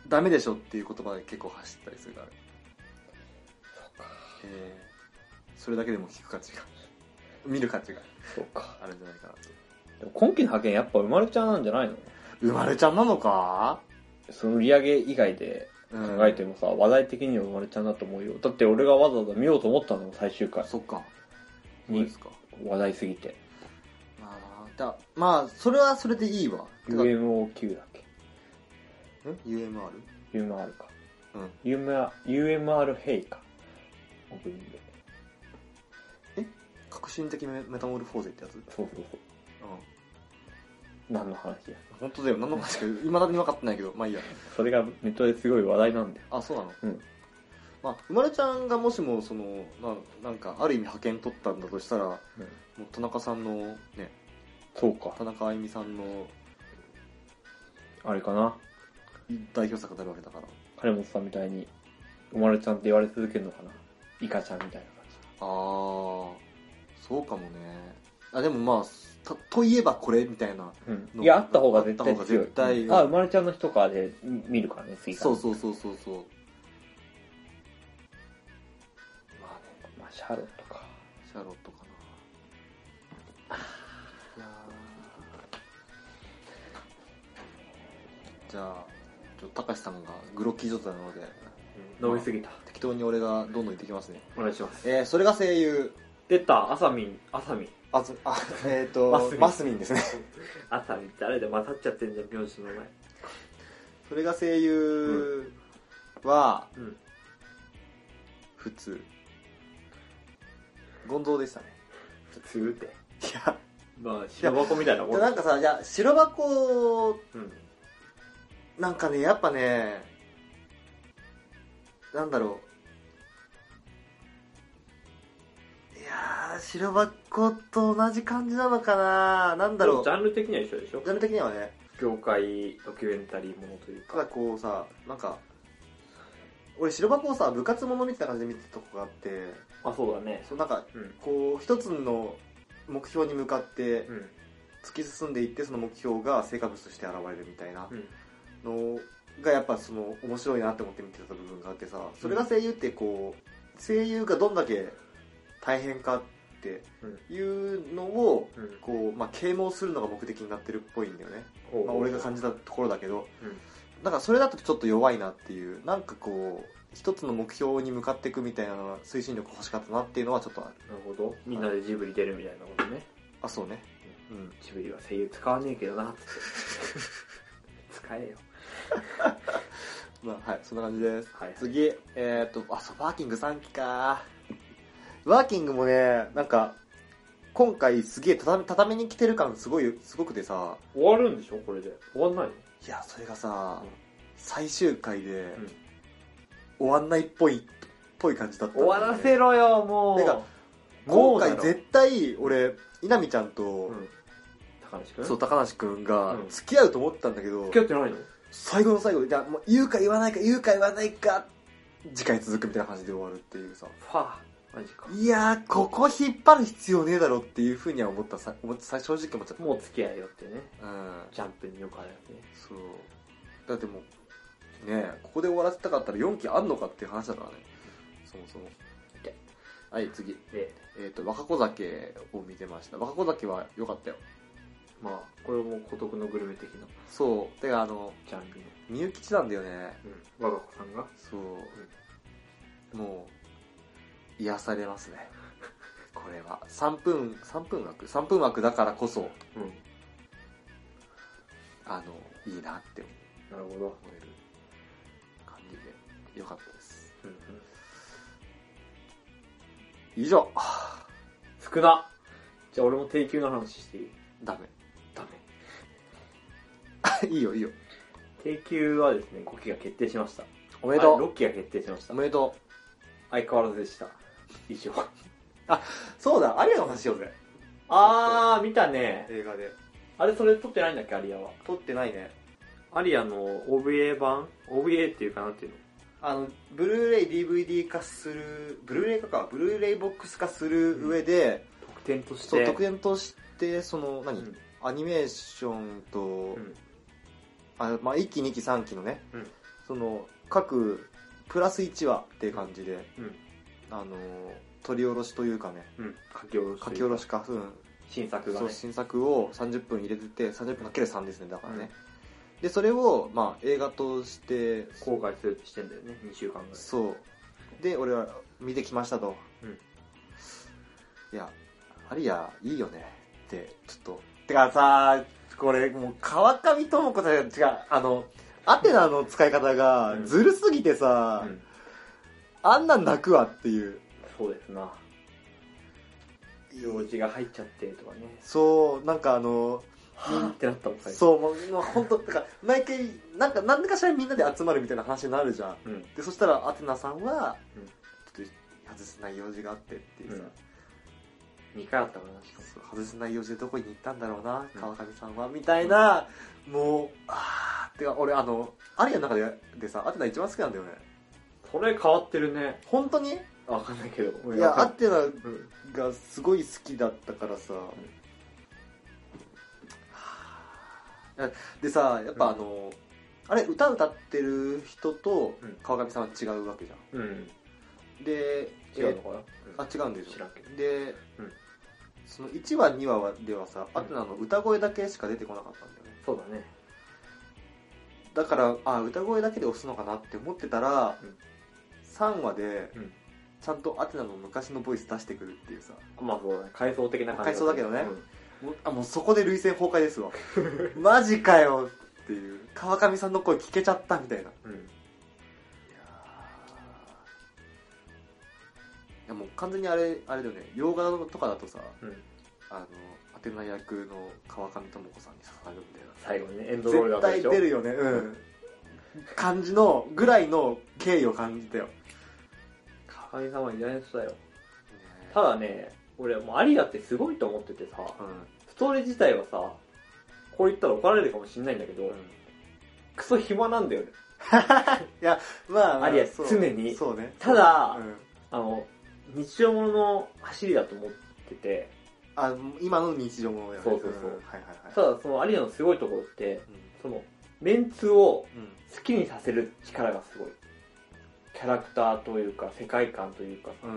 C: ダメでしょっていう言葉で結構走ったりするから。えーそれだけでも聞く価値が、見る価値が
A: そうか
C: あるんじゃないかなと。
A: でも今期の派遣やっぱ生まれちゃんなんじゃないの
C: 生まれちゃんなのか
A: その売り上げ以外で考えてもさ、話題的には生まれちゃんだと思うよだって俺がわざわざ見ようと思ったのも最終
C: うん
A: 回
C: そっか。そう
A: に
C: ですか。
A: 話題すぎて
C: まあ、だまあ、それはそれでいいわ。てか
A: UMOQ だっけ
C: ん ?UMR?
A: UMR か、
C: うん、
A: UMR, UMR ヘイかオープニング
C: 革新的メメタモルフォーゼってやつうん。
A: そうそうそう何の話や
C: 本当だよ。何の話か、未だに分かってないけど、まあいいや。
A: それがネットですごい話題なんだよ
C: あ、そうなの
A: うん。
C: まあ、生まれちゃんがもしも、その、まあ、なんか、ある意味派遣取ったんだとしたら、も
A: うん
C: う田中さんの、ね、
A: そうか
C: 田中あゆみさんの
A: あれかな
C: 代表作になるわけだから。
A: 金本さんみたいに生まれちゃんって言われ続けるのかなイカちゃんみたいな感
C: あー、そうかもね。あ、でもまあ、たといえばこれみたいな。
A: じ、
C: の
A: いやあった方が絶
C: あった
A: 対
C: 方が
A: 強い
C: 絶対
A: うんあ生まれちゃんの日とかで見るからね次から
C: そうそうそうそうそう。
A: まあね、まあ、シャーロットか。
C: シャーロットか な。いやーじゃあ、ちょっと、高橋さんがグロッキー状態なので、
A: 飲みすぎた。
C: 適当に俺がどんどん行ってきますね。
A: お願いします。
C: えー、それが声優、
A: 出た、あさみん、あさ みん。
C: あず、 あ、えっ、と、
A: マスミン
C: マスミンですね。
A: あさみんってあれで混ざっちゃってんじゃん、名字の名前。
C: それが声優は、
A: うん。
C: 普通。ゴンゾーでしたね。
A: するって。
C: いや、
A: まあ、白箱みたいなもん。
C: なんかさ、いや、白箱、
A: うん。
C: なんかね、やっぱね、なんだろう。いやー、白箱と同じ感じなのかななんだろう。
A: ジ
C: ジ
A: ャンル的には一緒でしょ
C: ャンル的にはね、
A: 業界ドキュメンタリーものという
C: ただ
A: か。
C: こうさ、なんか、俺白箱をさ、部活ものみたいな感じで見てたとこがあって、
A: あ、そうだね。
C: そうなんか、
A: うん。
C: こう、一つの目標に向かって
A: うん。
C: 突き進んでいって、その目標が成果物として現れるみたいな。
A: うん。
C: のがやっぱその面白いなって思って見てた部分があってさそれが声優ってこう声優がどんだけ大変かっていうのを
A: うん。
C: こう、まあ、啓蒙するのが目的になってるっぽいんだよね、
A: ほう
C: まあ、俺が感じたところだけど
A: うん
C: なんかそれだとちょっと弱いなっていうなんかこう一つの目標に向かっていくみたいな推進力欲しかったなっていうのはちょっとある
A: なるほど。みんなでジブリ出るみたいなことね。
C: あそうねうん
A: ジブリは声優使わねえけどな、 つって。使えよ。
C: まあはいそんな感じです
A: はい。
C: 次、えーっと、あ、そう、ワーキング3期か。ワーキングもね、なんか、今回すげえ畳畳に来てる感すごい、すごくてさ、
A: 終わるんでしょこれで。終わんないの
C: いや、それがさ、
A: うん
C: 最終回で、
A: ん
C: 終わんないっぽい、っぽい感じだった、
A: 終わらせろよ、もう。
C: てか
A: も
C: 今
A: うだろ
C: 回絶対、俺、稲見ちゃんと
A: う、ん。高橋くん
C: そう、高梨くんが
A: うん
C: 付き合うと思ったんだけど、
A: 付き合ってないの
C: 最後の最後で、じゃあもう言うか言わないか、言うか言わないか、次回続くみたいな感じで終わるっていうさ。
A: ファー。マジか。
C: いやー、ここ引っ張る必要ねえだろっていうふうには思ったさ、思ったさ正直思っちゃった。
A: もう付き合いよってね。
C: うん。
A: ジャンプによくあるよね。
C: そう。だってもう、ねえここで終わらせたかったら4期あんのかっていう話だからね。そもそも。
A: OK
C: はい、次。
A: で、
C: えっ、と、若子酒を見てました。若子酒は良かったよ。
A: まあ、これも孤独のグルメ的な
C: そう。てか、あの、
A: ジャンルの。
C: みゆきちなんだよね。
A: うん。我が子さんが。
C: そう。もう、癒されますね。 これは。3分、3分枠 ?3 分枠だからこそ、
A: うん。
C: あの、いいなって思う。
A: なるほど。
C: 思える感じで良かったです
A: うんうん。
C: 以上
A: 少な。じゃあ俺も低級の話していい
C: ダメ
A: ダ メ。
C: いいよいいよ
A: 定休はですね、5期が決定しました。
C: お
A: お
C: めでとう
A: 6期が決定しました
C: お。めでとう
A: 相変わらずでした。以上。
C: そうだアリアの話しようぜ
A: あー、見たね。
C: 映画で
A: あれ、それ撮ってないんだっけ、アリアは。
C: 撮ってないね
A: アリアの OVA 版 ?OVA っていうかなんていうの
C: あのブルーレイ DVD 化するブルーレイ化かブルーレイボックス化する上で、
A: 特典として。
C: そう特典としてその何、
A: うん
C: アニメーションと、
A: うん
C: あまあ、1期2期3期のね、
A: うん
C: その各プラス1話っていう感じで、
A: うん
C: あの取り下ろしというかね
A: うん。書き下ろし。
C: 書き下ろ。しか、うん、
A: 新作が
C: そう
A: ね。
C: 新作を30分入れてて30分かける3ですねだからね、でそれを、まあ、映画として
A: 公開するってしてんだよね、2週間ぐらい。
C: そうで俺は見てきましたと、
A: うん
C: いやアリアいいよねってちょっとてかさこれもう川上智子さん違うあのアテナの使い方が
A: うん
C: ずるすぎてさ、
A: うん
C: あんなん泣くわっていう
A: そうですな。用事が入っちゃってとかね。
C: そうなんかあの
A: はーってなったもん、最初。
C: そう、もう、もう本当、だから、毎回、なんか、何かしらみんなで集まるみたいな話になるじゃん。
A: うん。
C: で、そしたら、アテナさんは、
A: う
C: ち
A: ん
C: ょっと、外せない用事があってっていうさ、
A: 2回あったかな、しかも。
C: そう外せない用事でどこに行ったんだろうな、
A: うん
C: 川上さんは、みたいな、もう、あー、てか、俺、あの、アリアの中ででさ、アテナ一番好きなんだよね。
A: それ変わってるね。
C: 本当に
A: わかんないけど。
C: いや、ア
A: あ
C: テナ
A: うん。
C: がすごい好きだったからさ、でさやっぱあの、あれ歌歌ってる人と
A: うん
C: 川上さんは違うわけじゃ
A: うん。
C: んで
A: 違うの
C: え
A: かな、
C: ーあ違うんでし
A: 知
C: ょ
A: らんけど。
C: で、
A: うん
C: その1話2話ではさアテナの歌声だけしか出てこなかったんだよね
A: そうだね。
C: だからあ歌声だけで押すのかなって思ってたら、
A: うん
C: 3話で、
A: うん
C: ちゃんとアテナの昔のボイス出してくるっていうさ
A: まあそうだね。階層的な感じ。
C: 階層だけどね
A: うん
C: もうあもうそこで涙腺崩壊 ですわマジかよっていう川上さんの声聞けちゃったみたいない
A: うん。
C: ややもう完全にあれあれだよね洋画とかだとさ
A: うん
C: あのアテナ役の川上智子さんに刺さるんだよ
A: 最後にねエンドロールだ
C: 絶対
A: ったでしょ
C: 出るよねうん感じのぐらいの敬意を感じたよ、ね
A: 川上さんは偉大な人だよただね俺もう有田ってすごいと思っててさ
C: う
A: ストーリー自体はさこう言ったら怒られるかもしんないんだけど、
C: ん、うん、
A: クソ暇なんだよね
C: まあまあ
A: ありゃ
C: そう
A: 常に
C: そうね
A: ただ
C: うん
A: あの日常ものの走りだと思ってて
C: あ今の日常もやね
A: そうそうそうん
C: はいはいはい
A: ただその有田のすごいところって
C: う
A: そのメンツを
C: んうん
A: 好きにさせる力がすごいキャラクターというか世界観というかさ
C: うん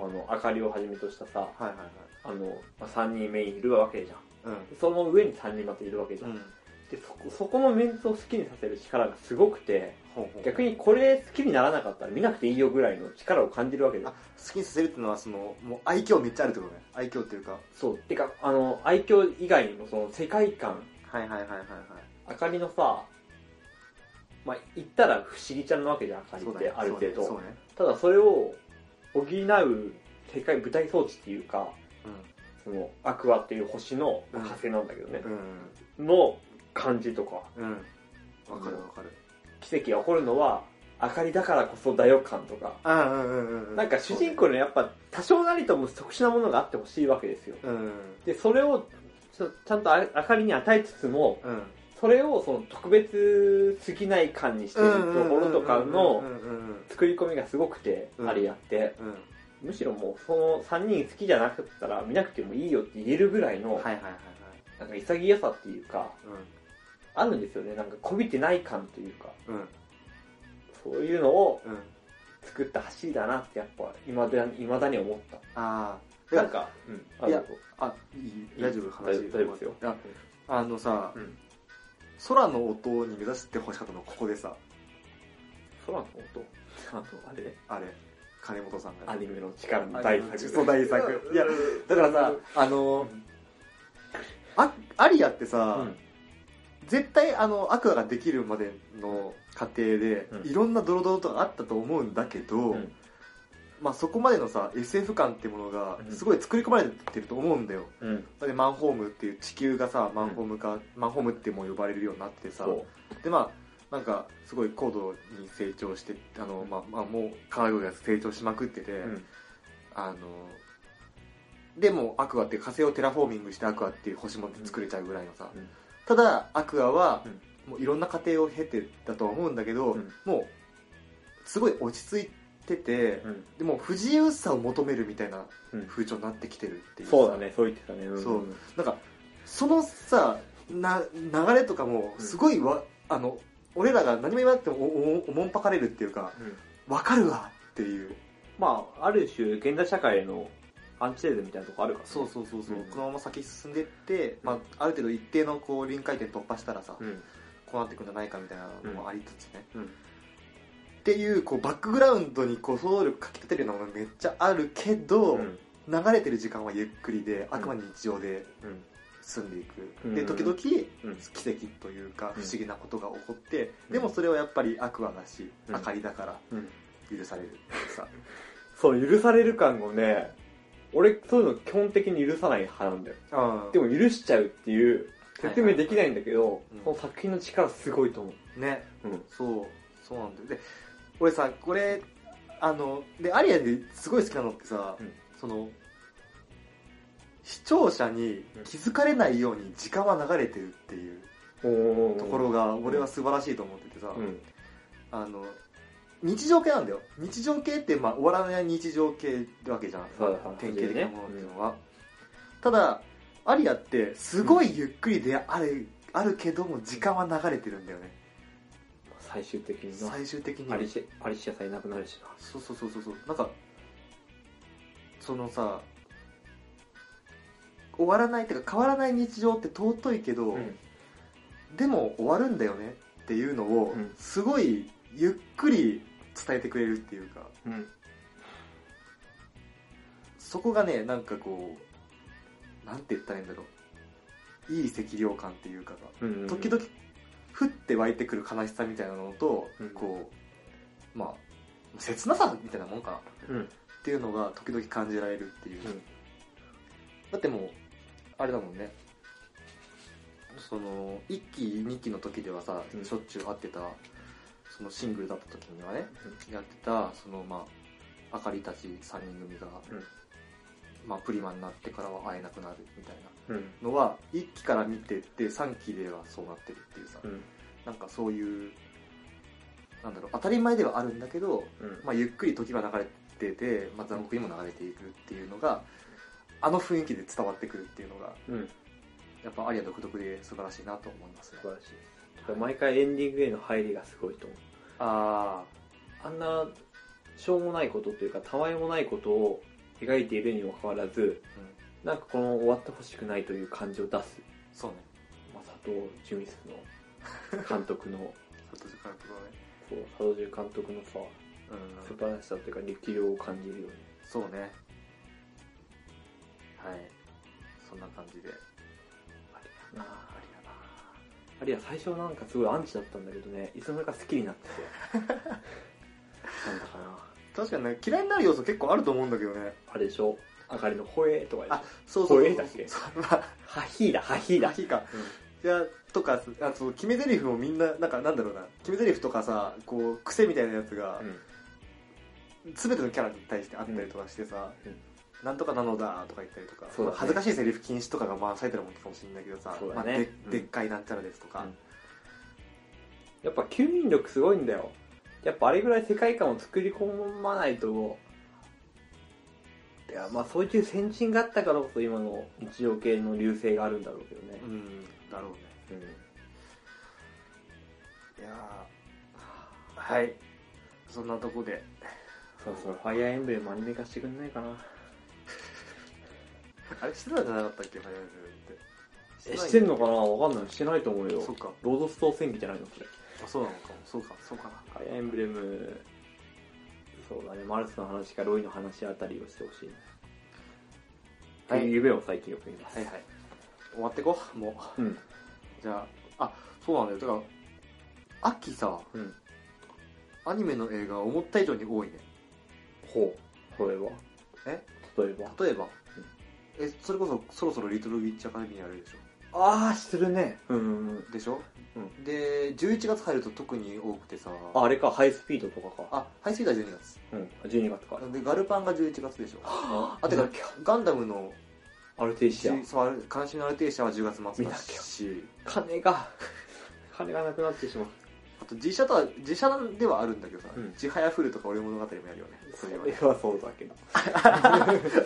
A: まああの明かりをはじめとしたさ
C: はいはいはい
A: あの、まあ、3人メインいるわけじゃん
C: うん
A: その上に3人またいるわけじゃん、
C: うん
A: でそこそこのメンツを好きにさせる力がすごくて
C: ほうほう
A: 逆にこれ好きにならなかったら見なくていいよぐらいの力を感じるわけだ
C: あ好きにさせるっていうのはそのもう愛嬌めっちゃあるってことね愛嬌っていうか
A: そうてかあの愛嬌以外にもその世界観
C: はいはいはいはいはい
A: あかりのさまあ言ったら不思議ちゃんなわけじゃんあかりってある程度、
C: そうね
A: ただそれを補う世界舞台装置っていうか
C: そうね
A: そのアクアっていう星のまあ
C: うん
A: 火星なんだけどね
C: う、ん
A: の感じとか
C: うんうんわかるわかる
A: 奇跡が起こるのはあかりだからこそだよ感とか
C: うんうんうんう
A: なんか主人公にやっぱ多少なりとも特殊なものがあってほしいわけですよ。
C: うん
A: で、それをちょちゃんとあ明かりに与えつつも、
C: うん
A: それをその特別すぎない感にしてるところとかの
C: うんうん
A: 作り込みがすごくて、
C: うん
A: あれやって、
C: うん
A: むしろもうその3人好きじゃなかったら見なくてもいいよって言えるぐらいの、
C: はいはいはいはい
A: なんか潔さっていうか、
C: う
A: あるんですよね。なんかこびてない感というか、
C: んうん
A: そういうのを
C: うん
A: 作った走りだなってやっぱ今だ未だに思った。
C: ああ
A: なんか、うん、ある
C: いや
A: と
C: あいい大丈夫話
A: 大丈夫大丈夫ですよ
C: ああのさ、
A: うん
C: 空の音に目指して欲しかったのここでさ
A: 空の音あとあれ
C: あれ金本さんが
A: アニメの力の
C: 大
A: 大
C: 作
A: 作
C: そう大作いやだからさあのー
A: うん
C: あアリアって
A: う
C: さ、
A: ん
C: 絶対あのアクアができるまでの過程で、
A: うん
C: いろんなドロドロとかあったと思うんだけど、
A: うん
C: まあ、そこまでのさ SF 感ってものが
A: うん
C: すごい作り込まれてると思うんだよ、
A: うん
C: だってマンホームっていう地球がさマンホームか、マンホームってもう呼ばれるようになってさ
A: そう
C: でまあなんかすごい高度に成長してあの、まあまあ、もう科学が成長しまくってて、
A: うん
C: あのでもアクアって火星をテラフォーミングしてアクアっていう星も作れちゃうぐらいのさ、
A: うん
C: ただアクアは
A: うん
C: もういろんな過程を経てだとは思うんだけど、
A: うん
C: もうすごい落ち着いてて、
A: うん
C: でも不自由さを求めるみたいな
A: うん
C: 風潮になってきてるっていうさ
A: そうだねそう言ってたねん
C: そうなんかそのさな流れとかもすごいわ、あの俺らが何も言わなくてもおおおもんぱかれるっていうか
A: うん
C: わかるわっていう
A: まあある種現代社会へのアンチテーゼみたいなとこあるからね
C: そうそうそうそう、
A: うん
C: このまま先進んでって、まあ、ある程度一定のこう臨界点突破したらさ、
A: うん
C: こうなってくんじゃないかみたいなのもありつつね、
A: うん
C: っていうこうバックグラウンドにこう想像力かき立てるようなものめっちゃあるけど、
A: うん
C: 流れてる時間はゆっくりであくまで日常で
A: うん
C: 進んでいく、
A: うん
C: で時々
A: うん
C: 奇跡というか不
A: うん
C: 思議なことが起こって、
A: うん
C: でもそれはやっぱりアクアだし、
A: うん
C: 明かりだから
A: うん
C: 許されるさ、
A: そう許される感をね俺そういうの基本的に許さない派なんだよ
C: うん
A: でも許しちゃうっていう説明できないんだけど
C: うん
A: その作品の力すごいと思う
C: ね、
A: うん
C: そうそうなんだよで俺さこれあのでアリアですごい好きなのってさ、
A: うん
C: その視聴者に気づかれないように時間は流れてるっていうところが俺は素晴らしいと思っててさ、
A: うん
C: あの日常系なんだよ日常系ってまあ終わらない日常系ってわけじゃん
A: そうだね
C: 典型的なものっていうのは、ただアリアってすごいゆっくりである,、あるけども時間は流れてるんだよね
A: 最終的にな
C: 最終的に
A: ア
C: は
A: リシアリシアさんいなくなるしな
C: そうそうそうそうそうなんかそのさ終わらないっていうか変わらない日常って尊いけど、でも終わるんだよねっていうのを、
A: うん
C: すごいゆっくり伝えてくれるっていうか
A: うん
C: そこがねなんかこうなんて言ったらいいんだろういい適量感っていうかが
A: うん
C: 時々ふって湧いてくる悲しさみたいなのと、
A: うん
C: こうまあ切なさみたいなもんかな
A: うん
C: っていうのが時々感じられるっていう、
A: うん
C: だってもうあれだもんねその1期2期の時ではさ、
A: うん
C: しょっちゅう会ってたそのシングルだった時にはねやってたそのまああかりたち3人組が、
A: うん
C: まあ、プリマになってからは会えなくなるみたいな
A: うん
C: のは1期から見てって3期ではそうなってるっていうさ、
A: うん
C: なんかそういうなんだろう当たり前ではあるんだけど
A: うん
C: まあ、ゆっくり時は流れてて、まあ、残酷にも流れていくっていうのがあの雰囲気で伝わってくるっていうのが
A: うん
C: やっぱアリア独特で素晴らしいなと思いますね
A: 素晴らしい毎回エンディングへの入りがすごいと思う
C: あ
A: あんなしょうもないことというかたわいもないことを描いているにもかかわらず
C: あうん
A: なんかこの終わってほしくないという感じを出す、
C: そうね
A: まあ、佐藤純一の監督の
C: 佐藤監督はね
A: そう佐藤純監督のさ素
C: うん
A: 晴らしさというか力量を感じるよね
C: そうねはいそんな感じで
A: ありだなありだなありや最初なんかすごいアンチだったんだけどねいつの間にか好きになっててなんだかな
C: 確かにね嫌いになる要素結構あると思うんだけどね
A: あれでしょあかりの「ほえ」とかでしょ
C: あそうそう
A: こ
C: そ
A: れ
C: う
A: だっけ
C: そうまあ
A: はひーだはひーだ
C: あ いいかいやとかあと決め台詞をみんななんかなんだろうな決め台詞とかさこう癖みたいなやつが、
A: うん
C: 全てのキャラに対してあったりとかしてさ、
A: うん
C: なんとかなのだとか言ったりとか、
A: そう
C: ま
A: だね
C: あ恥ずかしいセリフ禁止とかが回されてるもんかもしれないけどさ、
A: そうだ
C: まあ、
A: ね
C: で
A: うん
C: でっかいなんちゃらですとか、
A: やっぱ吸引力すごいんだよやっぱあれぐらい世界観を作り込まないといやまあそういう先進があったからこそ今の日常系の流星があるんだろうけどね
C: うん、だろうね
A: うん
C: いやーはいそんなとこで
A: そろそろファイアーエンブレムアニメ化してくんないかな
C: あれしてたんじゃなかったっけファイアーエンブレムって
A: えしてん
C: の
A: のかなわかんないしてないと思うよ
C: そっか
A: ロードストー戦記じゃないのそれ
C: あそうなのかもそうかそうかな
A: ファイアーエンブレムそうだねマルスの話かロイの話あたりをしてほしい
C: はい
A: っていう夢を最近よく見ます
C: はいはい終わってこうもう
A: うん
C: じゃああそうなんだよだから秋さ
A: うん
C: アニメの映画思った以上に多いね
A: ほう例えば
C: え
A: 例えば
C: 例えば、えそれこそそろそろ「リトル・ウィッチ・アカデミー」やるでし
A: ああするねうんうんうん
C: ょでしょ、
A: うん
C: で11月入ると特に多くてさ
A: ああれかハイスピードとかか
C: あハイスピードは12月
A: うん12月か
C: でガルパンが11月でしょ
A: あ
C: あてかガンダムの
A: アルテイシア
C: そうあれ監視のアルテイシアは10月末
A: 見
C: だ
A: なきゃ
C: し
A: 金が金がなくなってしまう
C: あと自社とは自社ではあるんだけどさ、
A: うん
C: 自ハヤフルとか俺物語もやるよねそ
A: そ
C: うい
A: れ
C: えばね
A: はそうだけど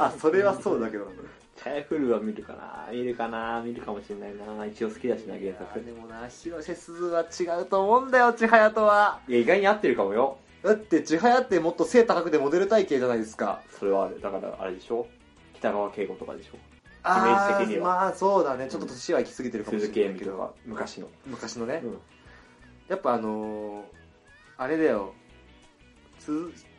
C: あそれはそうだけどなんだ
A: チャイフルは見るかな見るかな見るかもしれないな一応好きだしな原作
C: いやでもな広瀬すずは違うと思うんだよ千早とはい
A: や意外に合ってるかもよ
C: だって千早ってもっと背高くてモデル体型じゃないですか
A: それはあるだからあれでしょ北川景子とかでしょ
C: あ
A: イメージ的には
C: あまあそうだねちょっと年は行き過ぎてるかもし
A: 鈴木
C: れ
A: 恵
C: ない
A: 美
C: け
A: と
C: ど
A: か昔の
C: 昔のね、
A: うん
C: やっぱあのー、あれだよす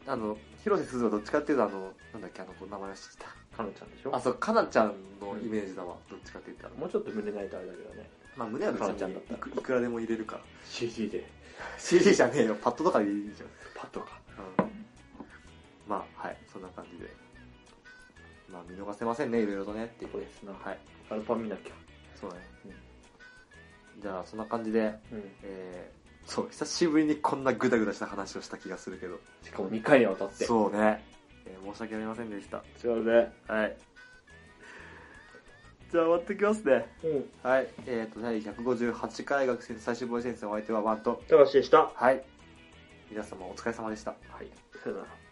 C: あの広瀬すずはどっちかっていうとあのなんだっけあの子名前は知って
A: かのちゃんでした
C: あ
A: ょ
C: そうかなちゃんのイメージだわ、どっちかって言ったら
A: もうちょっと胸ないとあれだけどね
C: まあ胸は別
A: かなちゃん
C: に
A: だった
C: いくいくらでも入れる から
A: CG で
C: CD じゃねえよパッドとかでいいじゃん
A: パッとか
C: まあはいそんな感じでまあ見逃せませんねいろいろとねっていう
A: これですな
C: はい
A: アルパン見なきゃ
C: そうだね、じゃあそんな感じで
A: うん
C: えー、そう久しぶりにこんなグダグダした話をした気がするけど
A: しかも2回にわたって
C: そうね、えー申し訳ありませんでした
A: 違うね
C: はいじゃあ終わってきますね
A: うん
C: はいえっ、ー、と第158回学生最終防衛戦線お相手はワンと
A: 高橋でしたは
C: はい皆様お疲れ様でした
A: いさよなら